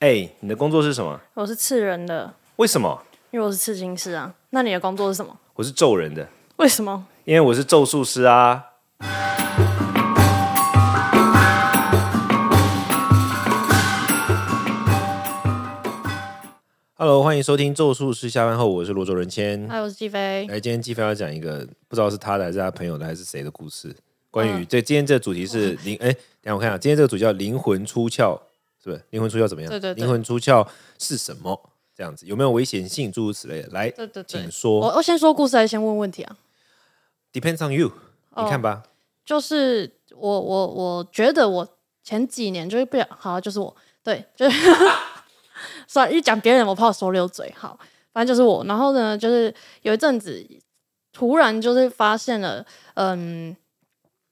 哎、你的工作是什么？我是刺人的，为什么？因为我是刺青师啊。那你的工作是什么？我是咒人的，为什么？因为我是咒术师啊。Hello，欢迎收听《咒术师》下班后，我是罗卓仁谦。嗨，我是季飞。哎来，今天季飞要讲一个不知道是他的还是他朋友的还是谁的故事，关嗯于这、今天这个主题是灵哎，等一下我看一下，今天这个主题叫灵魂出窍，是不是？灵魂出窍怎么样？对对对灵魂出窍是什么？这样子有没有危险性？诸如此类的。来，对对对请，说。我我先说故事还是先问问题啊？ Depends on you，、你哦看吧。就是我我我觉得我前几年就是不想，好就是我对，就是 算了，一讲别人我怕我说溜嘴，好，反正就是我。然后呢，就是有一阵子突然就是发现了，嗯，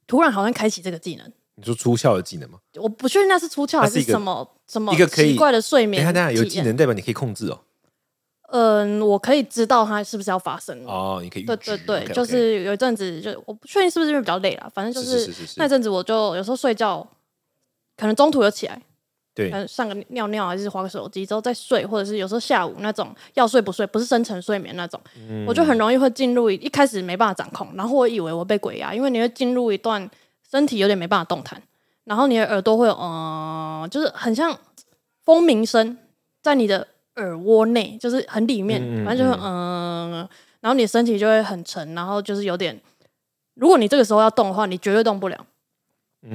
突然好像开启这个技能，你说出窍的技能吗？我不确定那是出窍还那是是一个什么什么一个可以奇怪的睡等眠一体下，验。哎等一下，有技能代表你可以控制哦。嗯，我可以知道它是不是要发生。哦，你可以预对知对对 OK，OK 就是有一阵子就我不确定是不是因为比较累啦，反正就是是是是那阵子我就有时候睡觉，可能中途有起来，对可能呃上个尿尿还是划个手机之后再睡，或者是有时候下午那种要睡不睡，不是深层睡眠那种，嗯我就很容易会进入一一开始没办法掌控，然后我以为我被鬼压，因为你会进入一段身体有点没办法动弹，然后你的耳朵会有呃，就是很像蜂鸣声在你的耳窝内，就是很里面，嗯嗯反正就是嗯、呃然后你的身体就会很沉，然后就是有点，如果你这个时候要动的话，你绝对动不了。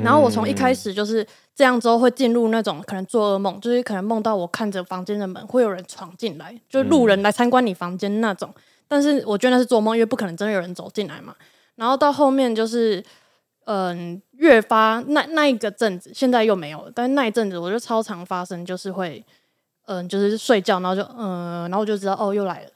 然后我从一开始就是这样之后，会进入那种可能做噩梦，就是可能梦到我看着房间的门会有人闯进来，就是路人来参观你房间那种。但是我觉得那是做梦，因为不可能真的有人走进来嘛。然后到后面就是，嗯，越发那那一个阵子，现在又没有了，但是那一阵子我就超常发生，就是会，嗯，就是睡觉，然后就嗯，然后我就知道哦，又来了。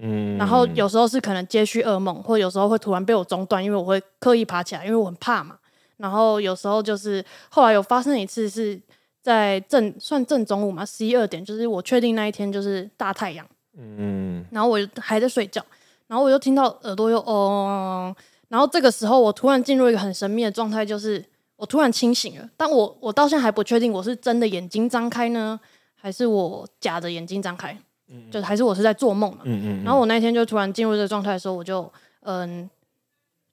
嗯然后有时候是可能接续噩梦，或者有时候会突然被我中断，因为我会刻意爬起来，因为我很怕嘛。然后有时候就是后来有发生一次是在正算正中午嘛，十一二点，就是我确定那一天就是大太阳，嗯然后我就还在睡觉，然后我就听到耳朵又哦，然后这个时候我突然进入一个很神秘的状态，就是我突然清醒了，但我我到现在还不确定我是真的眼睛张开呢，还是我假的眼睛张开，就是还是我是在做梦嘛。嗯嗯嗯，然后我那天就突然进入这个状态的时候，我就嗯，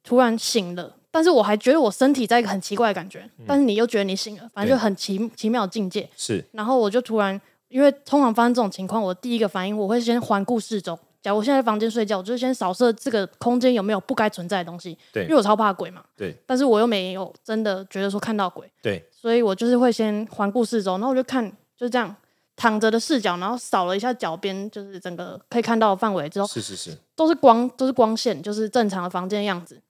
突然醒了，但是我还觉得我身体在一个很奇怪的感觉，嗯但是你又觉得你醒了，反正就很奇奇妙的境界。是然后我就突然，因为通常发生这种情况，我第一个反应我会先环顾四周。假如我现在在房间睡觉，我就先扫射这个空间有没有不该存在的东西，对因为我超怕鬼嘛。对，但是我又没有真的觉得说看到鬼，对，所以我就是会先环顾四周，然后我就看，就这样躺着的视角，然后扫了一下脚边，就是整个可以看到的范围之后，是是是，都是光，都是光线，就是正常的房间的样子。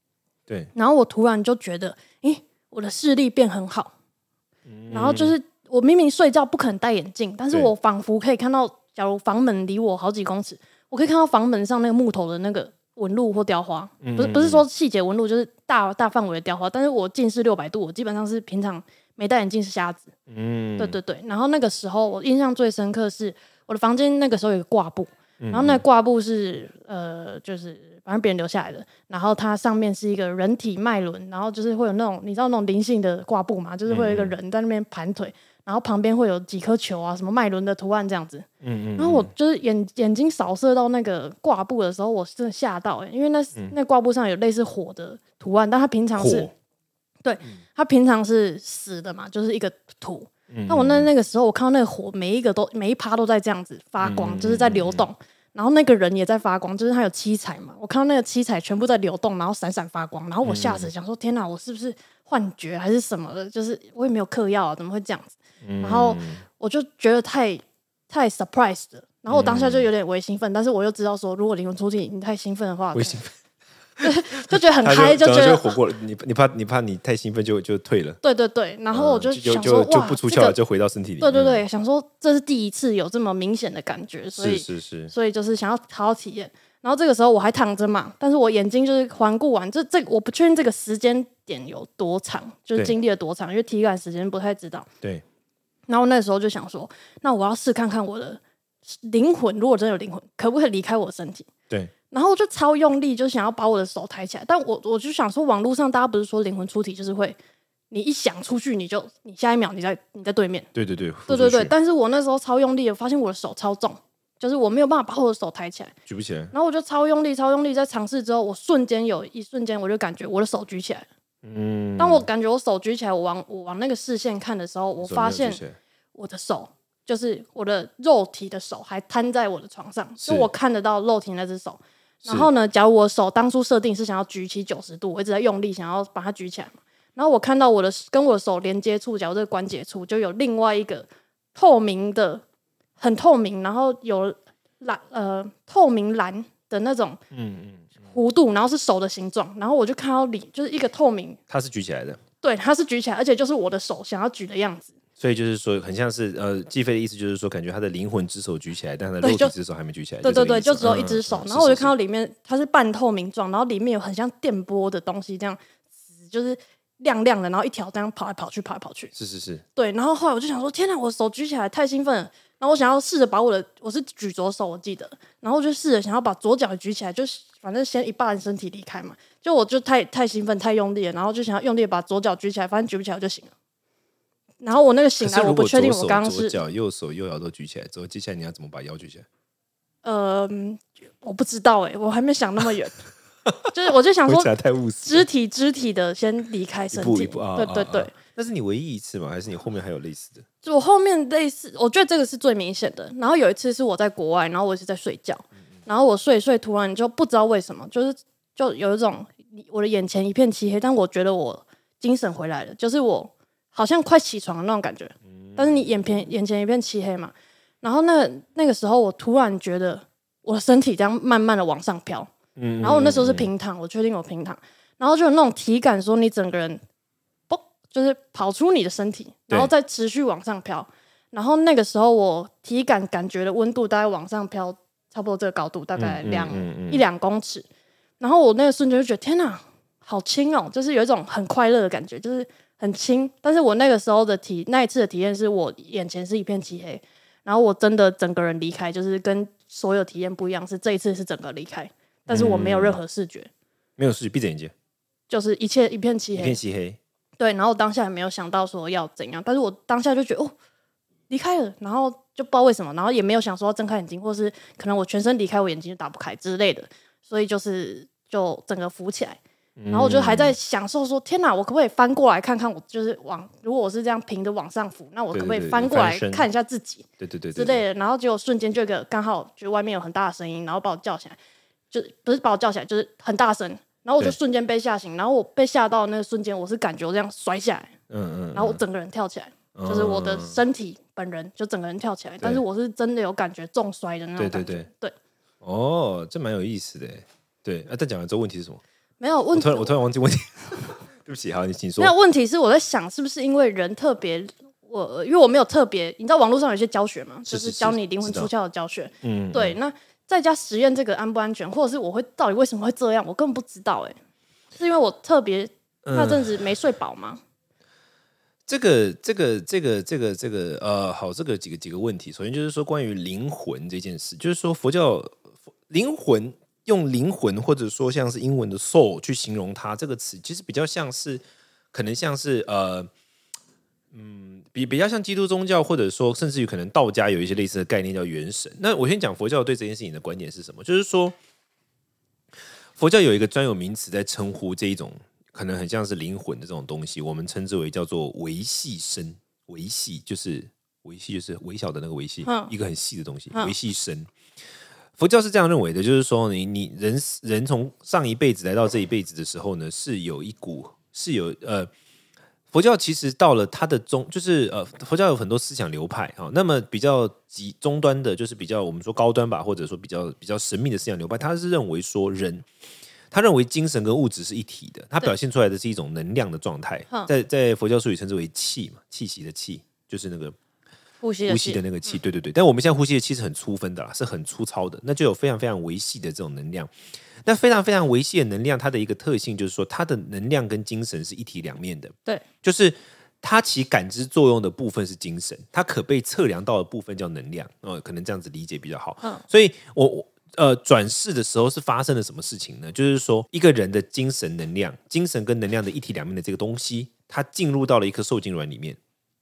对，然后我突然就觉得，咦，我的视力变很好。然后就是我明明睡觉不可能戴眼镜，但是对我仿佛可以看到，假如房门离我好几公尺，我可以看到房门上那个木头的那个纹路或雕花，嗯不是不是说细节纹路，就是大大范围的雕花。但是我近视六百度，我基本上是平常没戴眼镜是瞎子。嗯对对对。然后那个时候我印象最深刻是我的房间那个时候有个挂布，然后那嗯个挂布是呃就是反正别人留下来的，然后它上面是一个人体脉轮，然后就是会有那种你知道那种灵性的挂布嘛，就是会有嗯一个人在那边盘腿。然后旁边会有几颗球啊，什么脉轮的图案这样子。嗯嗯，然后我就是眼眼睛扫射到那个挂布的时候，我真的吓到、欸，因为那、那挂布上有类似火的图案，但它平常是嗯火，对，嗯它平常是死的嘛，就是一个土。嗯那我那那个时候，我看到那个火，每一个都每一趴都在这样子发嗯光，就是在流动。然后那个人也在发光，就是他有七彩嘛。我看到那个七彩全部在流动，然后闪闪发光。然后我吓嗯死，想说天哪，我是不是幻觉还是什么的？就是我也没有嗑药啊，怎么会这样子？嗯然后我就觉得太太 surprised 了。然后我当下嗯就有点微兴奋，但是我又知道说，如果灵魂出体你太兴奋的话，微兴奋， 就觉得很他嗨，就觉就得火过了，你你怕你怕你太兴奋就就退了，对对对。然后我嗯就想就说，就哇，不出这窍个了，就回到身体里。对对对，想说这是第一次有这么明显的感觉，所是以是是，所以就是想要好好体验。然后这个时候我还躺着嘛，但是我眼睛就是环顾完，这这我不确定这个时间点有多长，就是对经历了多长，因为体感时间不太知道。对，然后那时候就想说，那我要试看看我的灵魂，如果真的有灵魂，可不可以离开我的身体？对，然后我就超用力，就想要把我的手抬起来，但我我就想说，网络上大家不是说灵魂出体就是会，你一想出去，你就你下一秒你在你在对面。对对对，对对对对，但是我那时候超用力，我发现我的手超重，就是我没有办法把我的手抬起来，举不起来，然后我就超用力、超用力，在尝试之后，我瞬间有一瞬间我就感觉我的手举起来。嗯，当我感觉我手举起来，我往我往那个视线看的时候，我手没有发现举起来我的手就是我的肉体的手还摊在我的床上，是就我看得到肉体那只手。是然后呢，假如我手当初设定是想要举起九十度，我一直在用力想要把它举起来嘛。然后我看到我的跟我的手连接处，假如这个关节处就有另外一个透明的，很透明，然后有蓝呃透明蓝的那种嗯嗯，弧度，然后是手的形状。然后我就看到里就是一个透明，它是举起来的，对，它是举起来，而且就是我的手想要举的样子。所以就是说，很像是呃，季飞的意思就是说，感觉他的灵魂之手举起来，但他的对肉就体之手还没举起来。对这对个对，意思就只有嗯一嗯只手。嗯然后我就是看到里面它是半透明状，然后里面有很像电波的东西，这样紫就是亮亮的，然后一条这样跑来跑去，跑来跑去。是是是，对，然后后来我就想说，天哪，我手举起来太兴奋了。然后我想要试着把我的，我是举左手，我记得，然后我就试着想要把左脚举起来，就是反正先一半身体离开嘛。就我就太太兴奋，太用力了，然后就想要用力把左脚举起来，反正举不起来我就行了。然后我那个醒可是来，我如不果确定左我手刚刚左是脚、右手、右摇都举起来之后，接下来你要怎么把腰举起来？呃，嗯我不知道哎、我还没想那么 远，就是我就想我说起来太务实肢了，体肢体的先离开身一体，步一步啊，对啊对对，。啊那是你唯一一次吗？还是你后面还有类似的？就我后面类似，我觉得这个是最明显的。然后有一次是我在国外，然后我也是在睡觉，嗯然后我睡一睡，突然就不知道为什么，就是就有一种我的眼前一片漆黑，但我觉得我精神回来了，就是我好像快起床的那种感觉。嗯但是你眼前眼前一片漆黑嘛，然后那那个时候我突然觉得我的身体这样慢慢的往上飘，嗯然后我那时候是平躺，我确定我平躺，然后就有那种体感，说你整个人嘣，就是跑出你的身体，对然后再持续往上飘。然后那个时候我体感感觉的温度大概往上飘，差不多这个高度，大概嗯嗯两、嗯嗯一两公尺。然后我那个瞬间就觉得天哪，好轻哦，就是有一种很快乐的感觉，就是很轻。但是我那个时候的体那一次的体验是我眼前是一片漆黑，然后我真的整个人离开，就是跟所有体验不一样，是这一次是整个离开，但是我没有任何视觉，没有事，闭着眼睛，就是一切一片漆一黑，片漆黑，对，然后当下也没有想到说要怎样，但是我当下就觉得哦，离开了，然后就不知道为什么，然后也没有想说要睁开眼睛，或是可能我全身离开，我眼睛就打不开之类的，所以就是就整个浮起来，然后我就还在嗯享受说，天哪，我可不可以翻过来看看我就是往，如果我是这样平的往上浮，那我可不可对对以对翻过来翻身看一下自己对对对之对类对，的，然后结果瞬间就有一个刚好就外面有很大的声音，然后把我叫起来，就不是把我叫起来，就是很大声。然后我就对瞬间被吓醒，然后我被吓到的那个瞬间，我是感觉我这样摔下来，嗯嗯，然后我整个人跳起来，嗯就是我的身体本人就整个人跳起来，但是我是真的有感觉重摔的那对种对感觉。对对，哦，这蛮有意思的耶，对啊。但讲完之后，问题是什么？没有我问突题然，我突然忘记问题， 对不起，好，你请说没。有问题是我在想，是不是因为人特别。我因为我没有特别，你知道网络上有一些教学嘛，是就是是教你灵魂知道出窍的教学。嗯，对，那在家实验这个安不安全，或者是我会到底为什么会这样，我根本不知道哎、是因为我特别那阵子没睡饱吗？这个这个这个这个这个呃，好，这个几个几个问题，首先就是说关于灵魂这件事，就是说佛教佛灵魂用灵魂或者说像是英文的 soul 去形容它这个词，其实比较像是可能像是呃。嗯，比比较像基督宗教，或者说甚至于可能道家有一些类似的概念叫元神。那我先讲佛教对这件事情的观点是什么，就是说佛教有一个专有名词在称呼这一种可能很像是灵魂的这种东西，我们称之为叫做维系身。维系就是维系，就是微小的那个维系，嗯一个很细的东西，嗯维系身。佛教是这样认为的，就是说你你人人从上一辈子来到这一辈子的时候呢，是有一股是有呃。佛教其实到了它的中，就是呃，佛教有很多思想流派啊、哦那么比较极终端的，就是比较我们说高端吧，或者说比较比较神秘的思想流派，他是认为说人他认为精神跟物质是一体的，它表现出来的是一种能量的状态，在在佛教术语称之为气嘛，气息的气，就是那个呼吸呼的吸气的那个气，对对对。但我们现在呼吸的气是很粗分的啦，是很粗糙的，那就有非常非常维系的这种能量。那非常非常维系的能量，它的一个特性就是说，它的能量跟精神是一体两面的。对，就是它起感知作用的部分是精神，它可被测量到的部分叫能量。呃，可能这样子理解比较好。嗯所以我我呃转世的时候是发生了什么事情呢？就是说一个人的精神能量、精神跟能量的一体两面的这个东西，它进入到了一颗受精卵里面。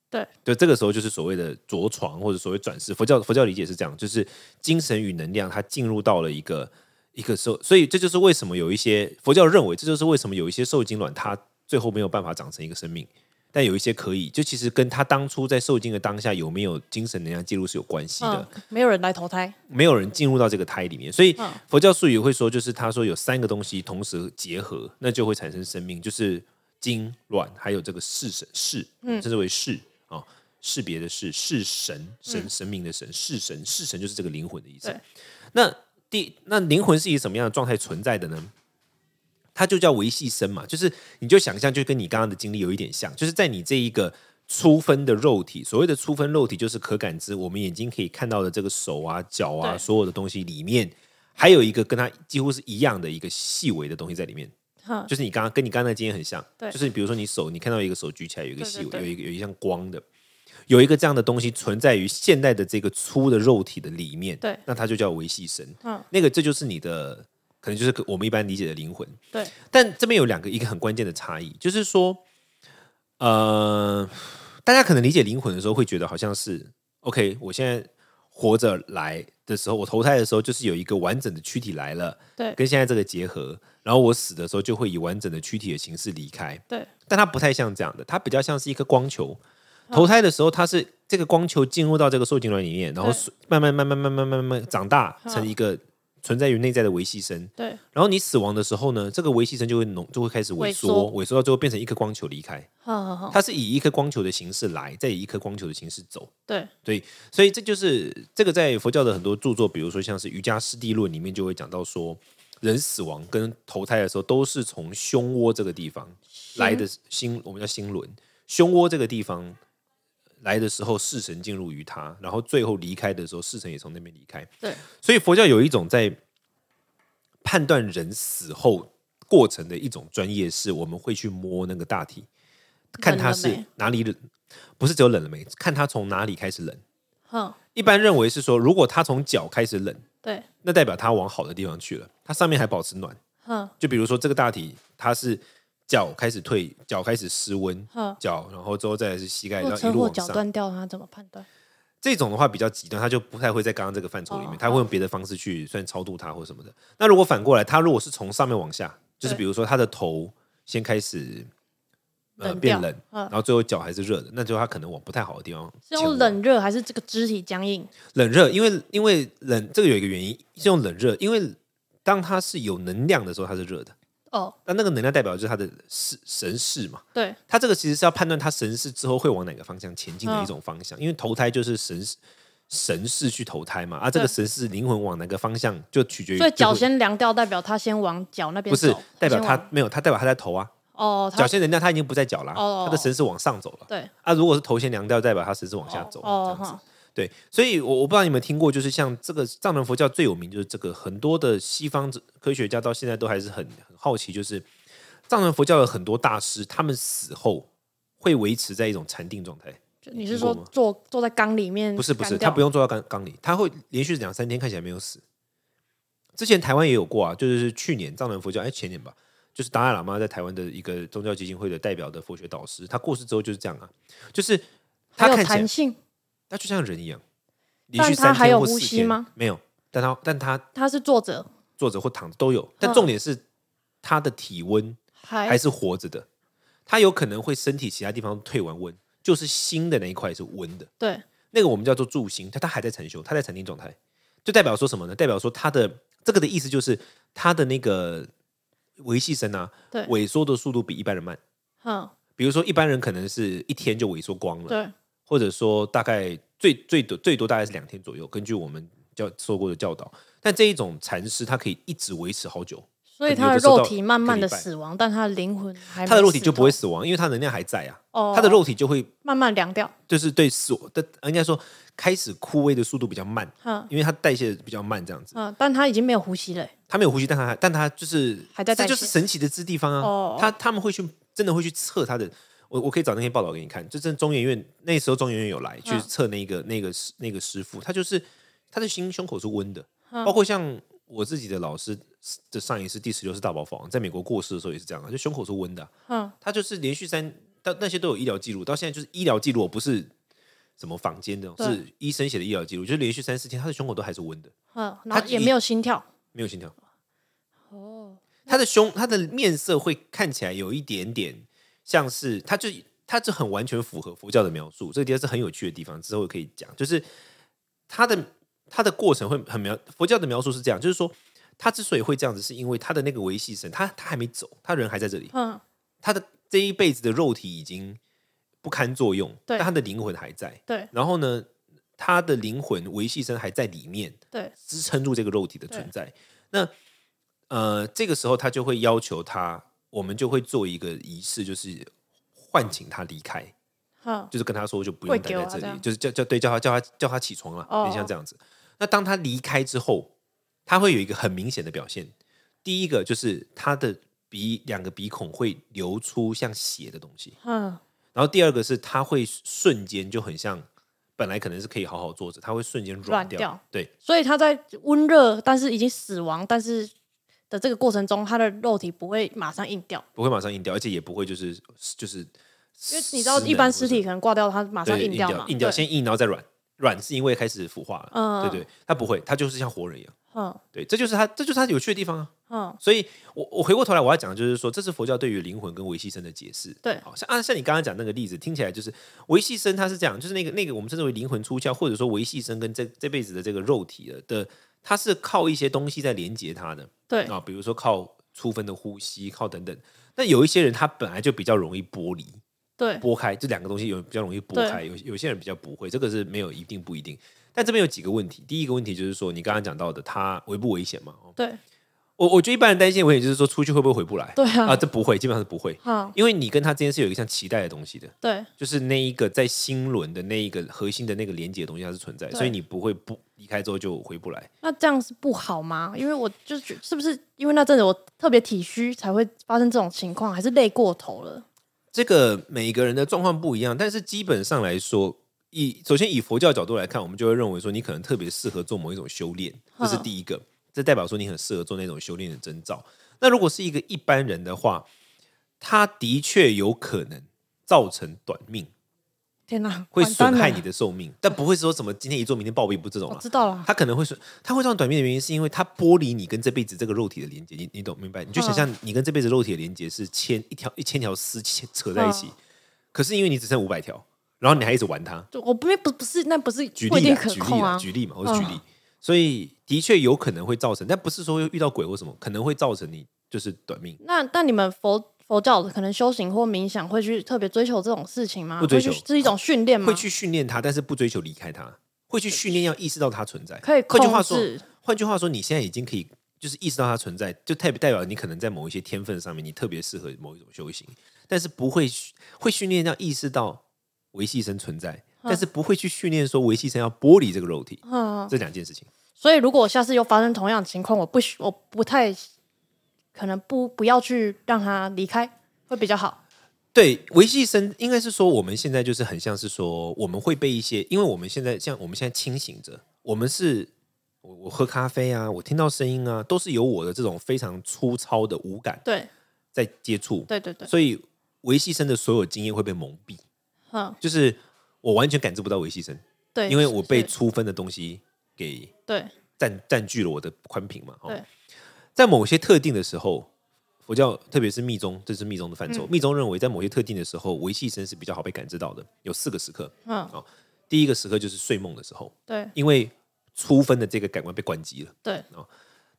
对，对，这个时候就是所谓的着床或者所谓转世。佛教佛教理解是这样，就是精神与能量它进入到了一个一个受，所以这就是为什么有一些佛教认为，这就是为什么有一些受精卵它最后没有办法长成一个生命，但有一些可以，就其实跟它当初在受精的当下有没有精神能量记录是有关系的。嗯，没有人来投胎，没有人进入到这个胎里面，所以嗯佛教术语会说，就是他说有三个东西同时结合，那就会产生生命，就是精、卵，还有这个世神世，嗯称之为世啊、哦，识别的世，世神神神明的神，世神世神就是这个灵魂的意思嗯对。那第那灵魂是以什么样的状态存在的呢？它就叫维系生嘛，就是你就想象，就跟你刚刚的经历有一点像，就是在你这一个粗分的肉体，所谓的粗分肉体就是可感知，我们眼睛可以看到的这个手啊、脚啊，对所有的东西里面，还有一个跟它几乎是一样的一个细微的东西在里面，哈，就是你刚刚跟你刚才的经验很像，对就是比如说你手，你看到一个手举起来有一个对对细微，对有一个有一像光的，有一个这样的东西存在于现代的这个粗的肉体的里面，对那它就叫维系神，嗯那个这就是你的，可能就是我们一般理解的灵魂，对，但这边有两个一个很关键的差异，就是说，呃，大家可能理解灵魂的时候会觉得好像是 OK，我现在活着来的时候，我投胎的时候就是有一个完整的躯体来了，对跟现在这个结合，然后我死的时候就会以完整的躯体的形式离开。对，但它不太像这样的，它比较像是一颗光球。投胎的时候，它是这个光球进入到这个受精卵里面，然后对慢慢慢慢慢慢慢慢长大，成一个存在于内在的维系生。对，然后你死亡的时候呢，这个维系层就会浓，就会开始萎缩，萎萎缩到最后变成一颗光球离开。哈哈哈，它是以一颗光球的形式来，再以一颗光球的形式走。对，对，所以这就是这个在佛教的很多著作，比如说像是《瑜伽师地论》里面就会讲到说，人死亡跟投胎的时候都是从胸窝这个地方来的心，我们叫心轮，胸窝这个地方来的时候，世神进入于它，然后最后离开的时候，世神也从那边离开。对，所以佛教有一种在判断人死后过程的一种专业，是我们会去摸那个大体，看它冷了是没哪里冷，不是只有冷了没，看它从哪里开始冷。哼，一般认为是说，如果它从脚开始冷，对，那代表它往好的地方去了，它上面还保持暖。哼，就比如说这个大体，它是脚开始退，脚开始失温嗯，脚，然后之后再来是膝盖，如然果哎后一车路祸往脚上。断掉，他怎么判断？这种的话比较极端，它就不太会在刚刚这个范畴里面哦，它会用别的方式去算超度它或什么的。那如果反过来，它如果是从上面往下，就是对比如说它的头先开始呃冷变掉冷，嗯然后最后脚还是热的，那就它可能往不太好的地方是前用往。冷热还是这个肢体僵硬？冷热，因为因为冷这个有一个原因是用冷热，因为当它是有能量的时候，它是热的。哦，那那个能量代表就是它的是神识嘛，对，它这个其实是要判断它神识之后会往哪个方向前进的嗯一种方向，因为投胎就是神识神识去投胎嘛，啊，这个神识灵魂往哪个方向就取决于所以就脚会先凉掉，代表他先往脚那边不走，是代表先它往没有，它代表它在头啊，哦，他脚先人家它已经不在脚啦，哦它的神识往上走了对啊，如果是头先凉掉，代表它神识往下走了这哦样子哈，对，所以我我不知道你有没有听过，就是像这个藏传佛教最有名就是这个，很多的西方科学家到现在都还是很很好奇，就是藏传佛教的很多大师，他们死后会维持在一种禅定状态，就你是听过说吗坐坐在缸里面？不是不是，他不用坐到缸缸里，他会连续两三天看起来没有死。之前台湾也有过啊，就是去年藏传佛教，哎前年吧，就是达赖喇嘛在台湾的一个宗教基金会的代表的佛学导师，他过世之后就是这样啊，就是他还有看起来弹性，他就像人一样，连但续他三还天有或呼四吸天吗？没有，但他但他他是坐着，坐着或躺着都有，但嗯哎重点是他的体温还还是活着的，他有可能会身体其他地方退完温，就是心的那一块是温的，对那个我们叫做助心，他他还在禅修，他在禅定状态，就代表说什么呢？代表说他的这个的意思就是他的那个维系神啊，对萎缩的速度比一般人慢。嗯，比如说，一般人可能是一天就萎缩光了，对或者说大概最最多最多大概是两天左右，根据我们教受过的教导。但这一种禅师，他可以一直维持好久，所以可能他的有的时候肉到体慢慢一个的礼拜死亡，但他的灵魂还他的没肉体死就不会透死亡，因为他能量还在啊，哦，他的肉体就会慢慢凉掉，就是对死的应该说开始枯萎的速度比较慢，嗯因为它代谢比较慢，这样子。嗯，但他已经没有呼吸了，他没有呼吸，但他还但他就是还在这代谢就是神奇的之地方啊！哦他他们会去真的会去测他的，我我可以找那些报道给你看，就真的中研院那时候中研院有来嗯去测那个、那个师那个师傅，他就是他的心胸口是温的，嗯包括像我自己的老师的上一世第十六世大宝法王，在美国过世的时候也是这样啊，就胸口是温的啊、嗯，他就是连续三但那些都有医疗记录，到现在就是医疗记录，我不是什么坊间那种，对是医生写的医疗记录，就是连续三四天，他的胸口都还是温的，嗯，然他后也一没有心跳，没有心跳。哦，他的胸，他的面色会看起来有一点点像是，他就他就很完全符合佛教的描述。这个地方是很有趣的地方，之后可以讲，就是他的他的过程会很描佛教的描述是这样，就是说他之所以会这样子，是因为他的那个维系神，他他还没走，他人还在这里，嗯，他的这一辈子的肉体已经不堪作用，对但他的灵魂还在。对然后呢，他的灵魂维系神还在里面，对，支撑住这个肉体的存在。那呃，这个时候他就会要求他，我们就会做一个仪式，就是唤醒他离开，嗯，就是跟他说就不用待跪给我在啊这这里，样就是叫叫对叫他叫他叫他起床了，哦有点像这样子。那当他离开之后，他会有一个很明显的表现，第一个就是他的鼻两个鼻孔会流出像血的东西，嗯，然后第二个是它会瞬间就很像，本来可能是可以好好坐着，它会瞬间软软掉。掉对所以他在温热但是已经死亡，但是的这个过程中，他的肉体不会马上硬掉，不会马上硬掉，而且也不会就是就是，因因为你知道一般尸体可能挂掉，它马上对硬硬掉嘛，硬掉对先硬，然后再软，软是因为开始腐化了。嗯对对，它不会，它就是像活人一样。嗯对，这就是它，这就是它有趣的地方啊。嗯，所以我我回过头来我要讲的就是说，这是佛教对于灵魂跟维系生的解释。对好像啊，像你刚刚讲那个例子，听起来就是维系生它是这样，就是那个那个我们称之为灵魂出窍，或者说维系生跟这这辈子的这个肉体的的，它是靠一些东西在连接它的对，啊，比如说靠出分的呼吸，靠等等。那有一些人他本来就比较容易剥离，对，拨开这两个东西有比较容易拨对开，有有些人比较不会，这个是没有一定不一定。但这边有几个问题，第一个问题就是说你刚刚讲到的，它危不危险嘛？哦对，我我觉得一般人担心的危险就是说出去会不会回不来？对啊啊，这不会，基本上是不会，嗯，因为你跟他之间是有一个像脐带的东西的，对，就是那一个在心轮的那一个核心的那个连接的东西它是存在，对所以你不会不离开之后就回不来。那这样是不好吗？因为我就是觉是不是因为那阵子我特别体虚才会发生这种情况，还是累过头了？这个每个人的状况不一样，但是基本上来说，以首先以佛教角度来看，我们就会认为说你可能特别适合做某一种修炼，嗯这是第一个，这代表说你很适合做那种修炼的征兆。那如果是一个一般人的话，他的确有可能造成短命。天哪，会完蛋损害了你的啊寿命，但不会说什么今天一做明天暴毙，不是这种我了。知道了，它可能会损，它会这样短命的原因是因为它剥离你跟这辈子这个肉体的连接，你你懂明白？你就嗯想象你跟这辈子肉体的连接是千一条一千条丝牵扯在一起嗯，可是因为你只剩五百条，然后你还一直玩它。就我不不不是，那不是举不一例定啦，可举例控啦，啊，举例嘛，我是举例，所以的确有可能会造成，但不是说遇到鬼或什么，可能会造成你就是短命。那那你们佛佛教的可能修行或冥想会去特别追求这种事情吗？不追会去求是一种训练吗？会去训练它，但是不追求离开它，会去训练要意识到它存在。可以换句话控说，制，换句话说，你现在已经可以就是意识到它存在，就代代表你可能在某一些天分上面，你特别适合某一种修行，但是不会训会训练要意识到维系生存在，但是不会去训练说维系生要剥离这个肉体，嗯。这两件事情。所以如果下次又发生同样的情况，我不许我不太可能不不要去让他离开，会比较好。对，维系生应该是说，我们现在就是很像是说，我们会被一些，因为我们现在像我们现在清醒着，我们是，我我喝咖啡啊，我听到声音啊，都是由我的这种非常粗糙的五感对在接触，对对对，所以维系生的所有经验会被蒙蔽，嗯，就是我完全感知不到维系生，对，因为我被是粗分的东西给 对占占据了我的宽屏嘛。哦对，在某些特定的时候，佛教特别是密宗，这是密宗的范嗯畴。密宗认为，在某些特定的时候，维系生是比较好被感知到的。有四个时刻，嗯哦，第一个时刻就是睡梦的时候，对因为粗分的这个感官被关机了。对，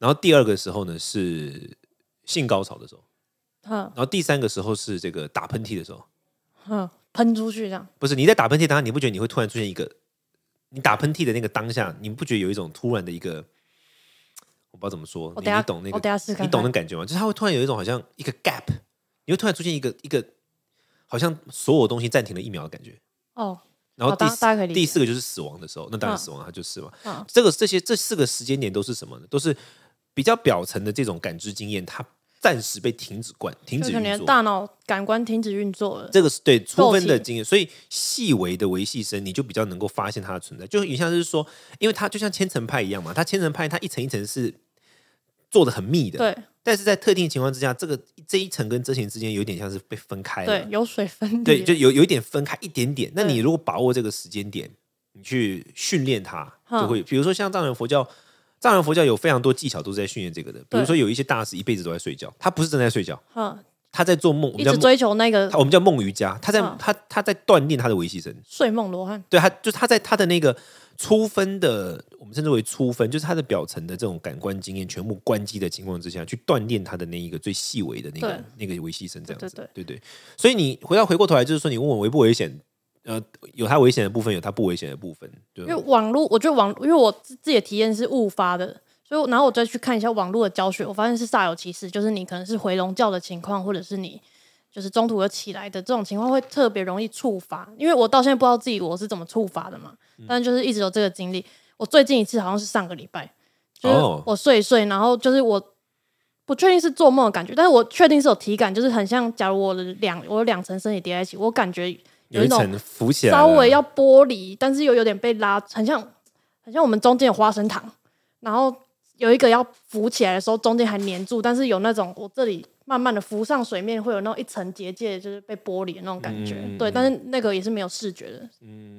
然后第二个时候呢是性高潮的时候，嗯然后第三个时候是这个打喷嚏的时候。嗯，喷出去这样，不是你在打喷嚏当下，你不觉得你会突然出现一个，你打喷嚏的那个当下，你不觉得有一种突然的一个，我不知道怎么说，我你等下你懂那我等个，下试看看，你懂那个感觉吗？就是它会突然有一种好像一个 gap，你会突然出现一个一个，好像所有东西暂停了一秒的感觉。哦，然后好第大四大家可以理解第四个就是死亡的时候，那当然嗯死亡它就是嘛。嗯这个这些这四个时间点都是什么呢？都是比较表层的这种感知经验，它暂时被停止惯，停就止可运能作。大脑感官停止运作了，这个是对粗分的肉体经验，所以细微的维系声，你就比较能够发现它的存在。就很像是说，因为它就像千层派一样嘛，它千层派它一层一层是做的很密的，对但是在特定情况之下，这个这一层跟这层之间有点像是被分开了对，，有水分哎对，离就有有一点分开一点点。那对你如果把握这个时间点，你去训练它，嗯就会比如说像藏传佛教，藏传佛教有非常多技巧都是在训练这个的。比如对说有一些大师一辈子都在睡觉，他不是正在睡觉，嗯，他在做梦，我们一叫直梦追求那个他我们叫梦瑜伽，他在、嗯他他在锻炼他的维系神，睡梦罗汉，对他就是他在他的那个粗分的，我们称之为粗分，就是他的表层的这种感官经验全部关机的情况之下，去锻炼他的那一个最细微的那个那个维系神，这样子，对对所以你回到回过头来，就是说你问我危不危险，呃，有它危险的部分，有它不危险的部分，对因为网络，我觉得网，因为我自自己的体验是误发的，所以我然后我再去看一下网络的教学，我发现是煞有其事，就是你可能是回笼觉的情况，或者是你就是中途又起来的这种情况，会特别容易触发。因为我到现在不知道自己我是怎么触发的嘛，嗯但就是一直有这个经历。我最近一次好像是上个礼拜，就是哦我睡一睡，然后就是我不确定是做梦的感觉，但是我确定是有体感，就是很像，假如我的两我有两层身体叠在一起，我感觉有有一一种层浮起来了，稍微要剥离，但是又有点被拉，很像很像我们中间有花生糖，然后有一个要浮起来的时候，中间还粘住，但是有那种我这里慢慢的浮上水面，会有那种一层结界，就是被剥离的那种感觉。嗯嗯嗯对，但是那个也是没有视觉的。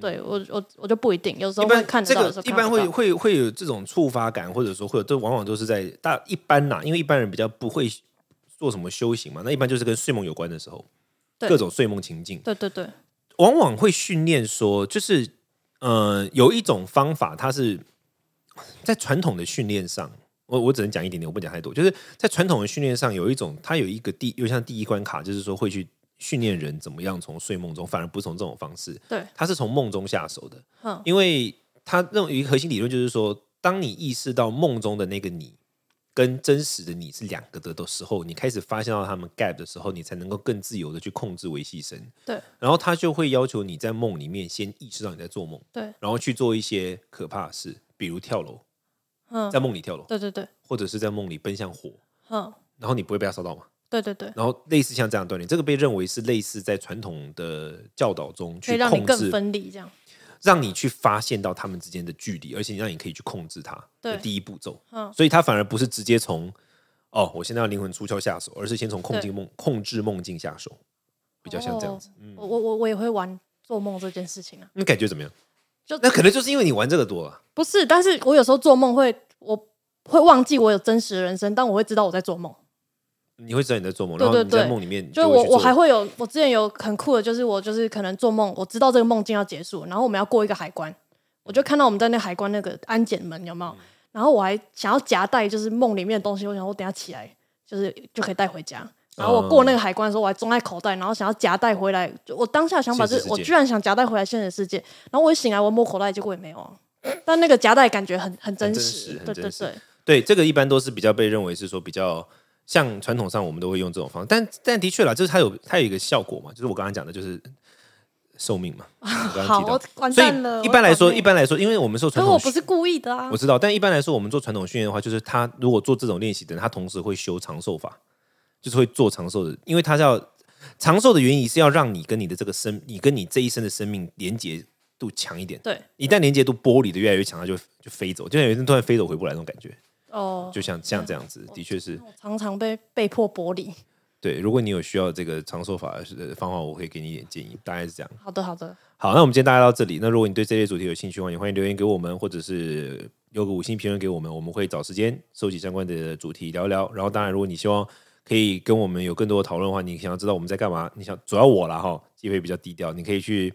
对我我我就不一定，有时一候会般看得这到，个有时候一看不般会到会会有这种触发感，或者说会有，这往往都是在大一般啦，因为一般人比较不会做什么修行嘛，那一般就是跟睡梦有关的时候，对各种睡梦情境，对对对，往往会训练说，就是呃，有一种方法，它是在传统的训练上，我我只能讲一点点，我不讲太多，就是在传统的训练上有一种，它有一个第又像第一关卡，就是说会去。训练人怎么样从睡梦中，反而不是从这种方式，对，它是从梦中下手的。嗯因为它认为核心理论就是说，当你意识到梦中的那个你跟真实的你是两个的的时候，你开始发现到他们 gap 的时候，你才能够更自由的去控制维系神。对，然后他就会要求你在梦里面先意识到你在做梦，对，然后去做一些可怕的事，比如跳楼，嗯，在梦里跳楼，对对对，或者是在梦里奔向火，嗯，然后你不会被他烧到吗？对对对，然后类似像这样的锻炼，这个被认为是类似在传统的教导中可去以让你控更制分离这样。让你去发现到他们之间的距离，而且让你可以去控制它的对第一步骤。嗯所以它反而不是直接从哦，我现在要灵魂出窍下手，而是先从控对制梦控制梦境下手，比较像这样子。嗯哦我我我我也会玩做梦这件事情啊。你感觉怎么样？就那可能就是因为你玩这个多了，不是，但是我有时候做梦会，我会忘记我有真实的人生，但我会知道我在做梦。你会知道你在做梦，对然后对你在对梦里面就是会我去我做还会有，我之前有很酷的，就是我就是可能做梦，我知道这个梦境要结束，然后我们要过一个海关，我就看到我们在那海关那个安检门有没嗯有？然后我还想要夹带就是梦里面的东西，我想我等一下起来就是就可以带回家。然后我过那嗯个海关的时候，我还装在口袋，然后想要夹带回来。就我当下想法就现实是，世界我居然想夹带回来现实世界。然后我一醒来，我摸口袋，结果也没有啊。但那个夹带感觉很很真真实实，很对真对实对，对，这个一般都是比较被认为是说比较像传统上我们都会用这种方式，但但的确啦，就是它有它有一个效果嘛，就是我刚刚讲的， 就是寿命嘛。我刚刚好提到，完所蛋了以一般来我说，倒霉一般来说，因为我们受可传是统我不是故意的啊我。知道，但一般来说，我们做传统训练的话，就是他如果做这种练习的人，他同时会修长寿法，就是会做长寿的，因为他是要长寿的原因是要让你跟你的这个生，你跟你这一生的生命连结度强一点。对，一旦连结度剥离的越来越强，他就就飞走，就像有一天突然飞走回不来那种感觉，哦，就像像这样子，的确是我常常被被迫剥离。对。如果你有需要这个长寿法的方法，我可以给你一点建议，大概是这样。好的，好的，好，那我们今天大概到这里。那如果你对这类主题有兴趣的话，也欢迎留言给我们，或者是留个五星评论给我们，我们会找时间收集相关的主题聊一聊。然后，当然，如果你希望可以跟我们有更多的讨论的话，你想要知道我们在干嘛，你想主要我啦哈，机会比较低调，你可以去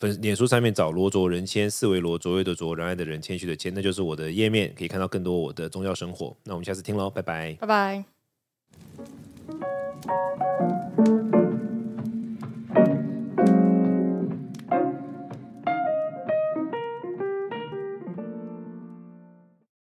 粉脸书上面找罗卓人谦，四维罗卓越的卓，仁爱的人，谦虚的谦，那就是我的页面，可以看到更多我的宗教生活。那我们下次听喽，拜拜。拜拜。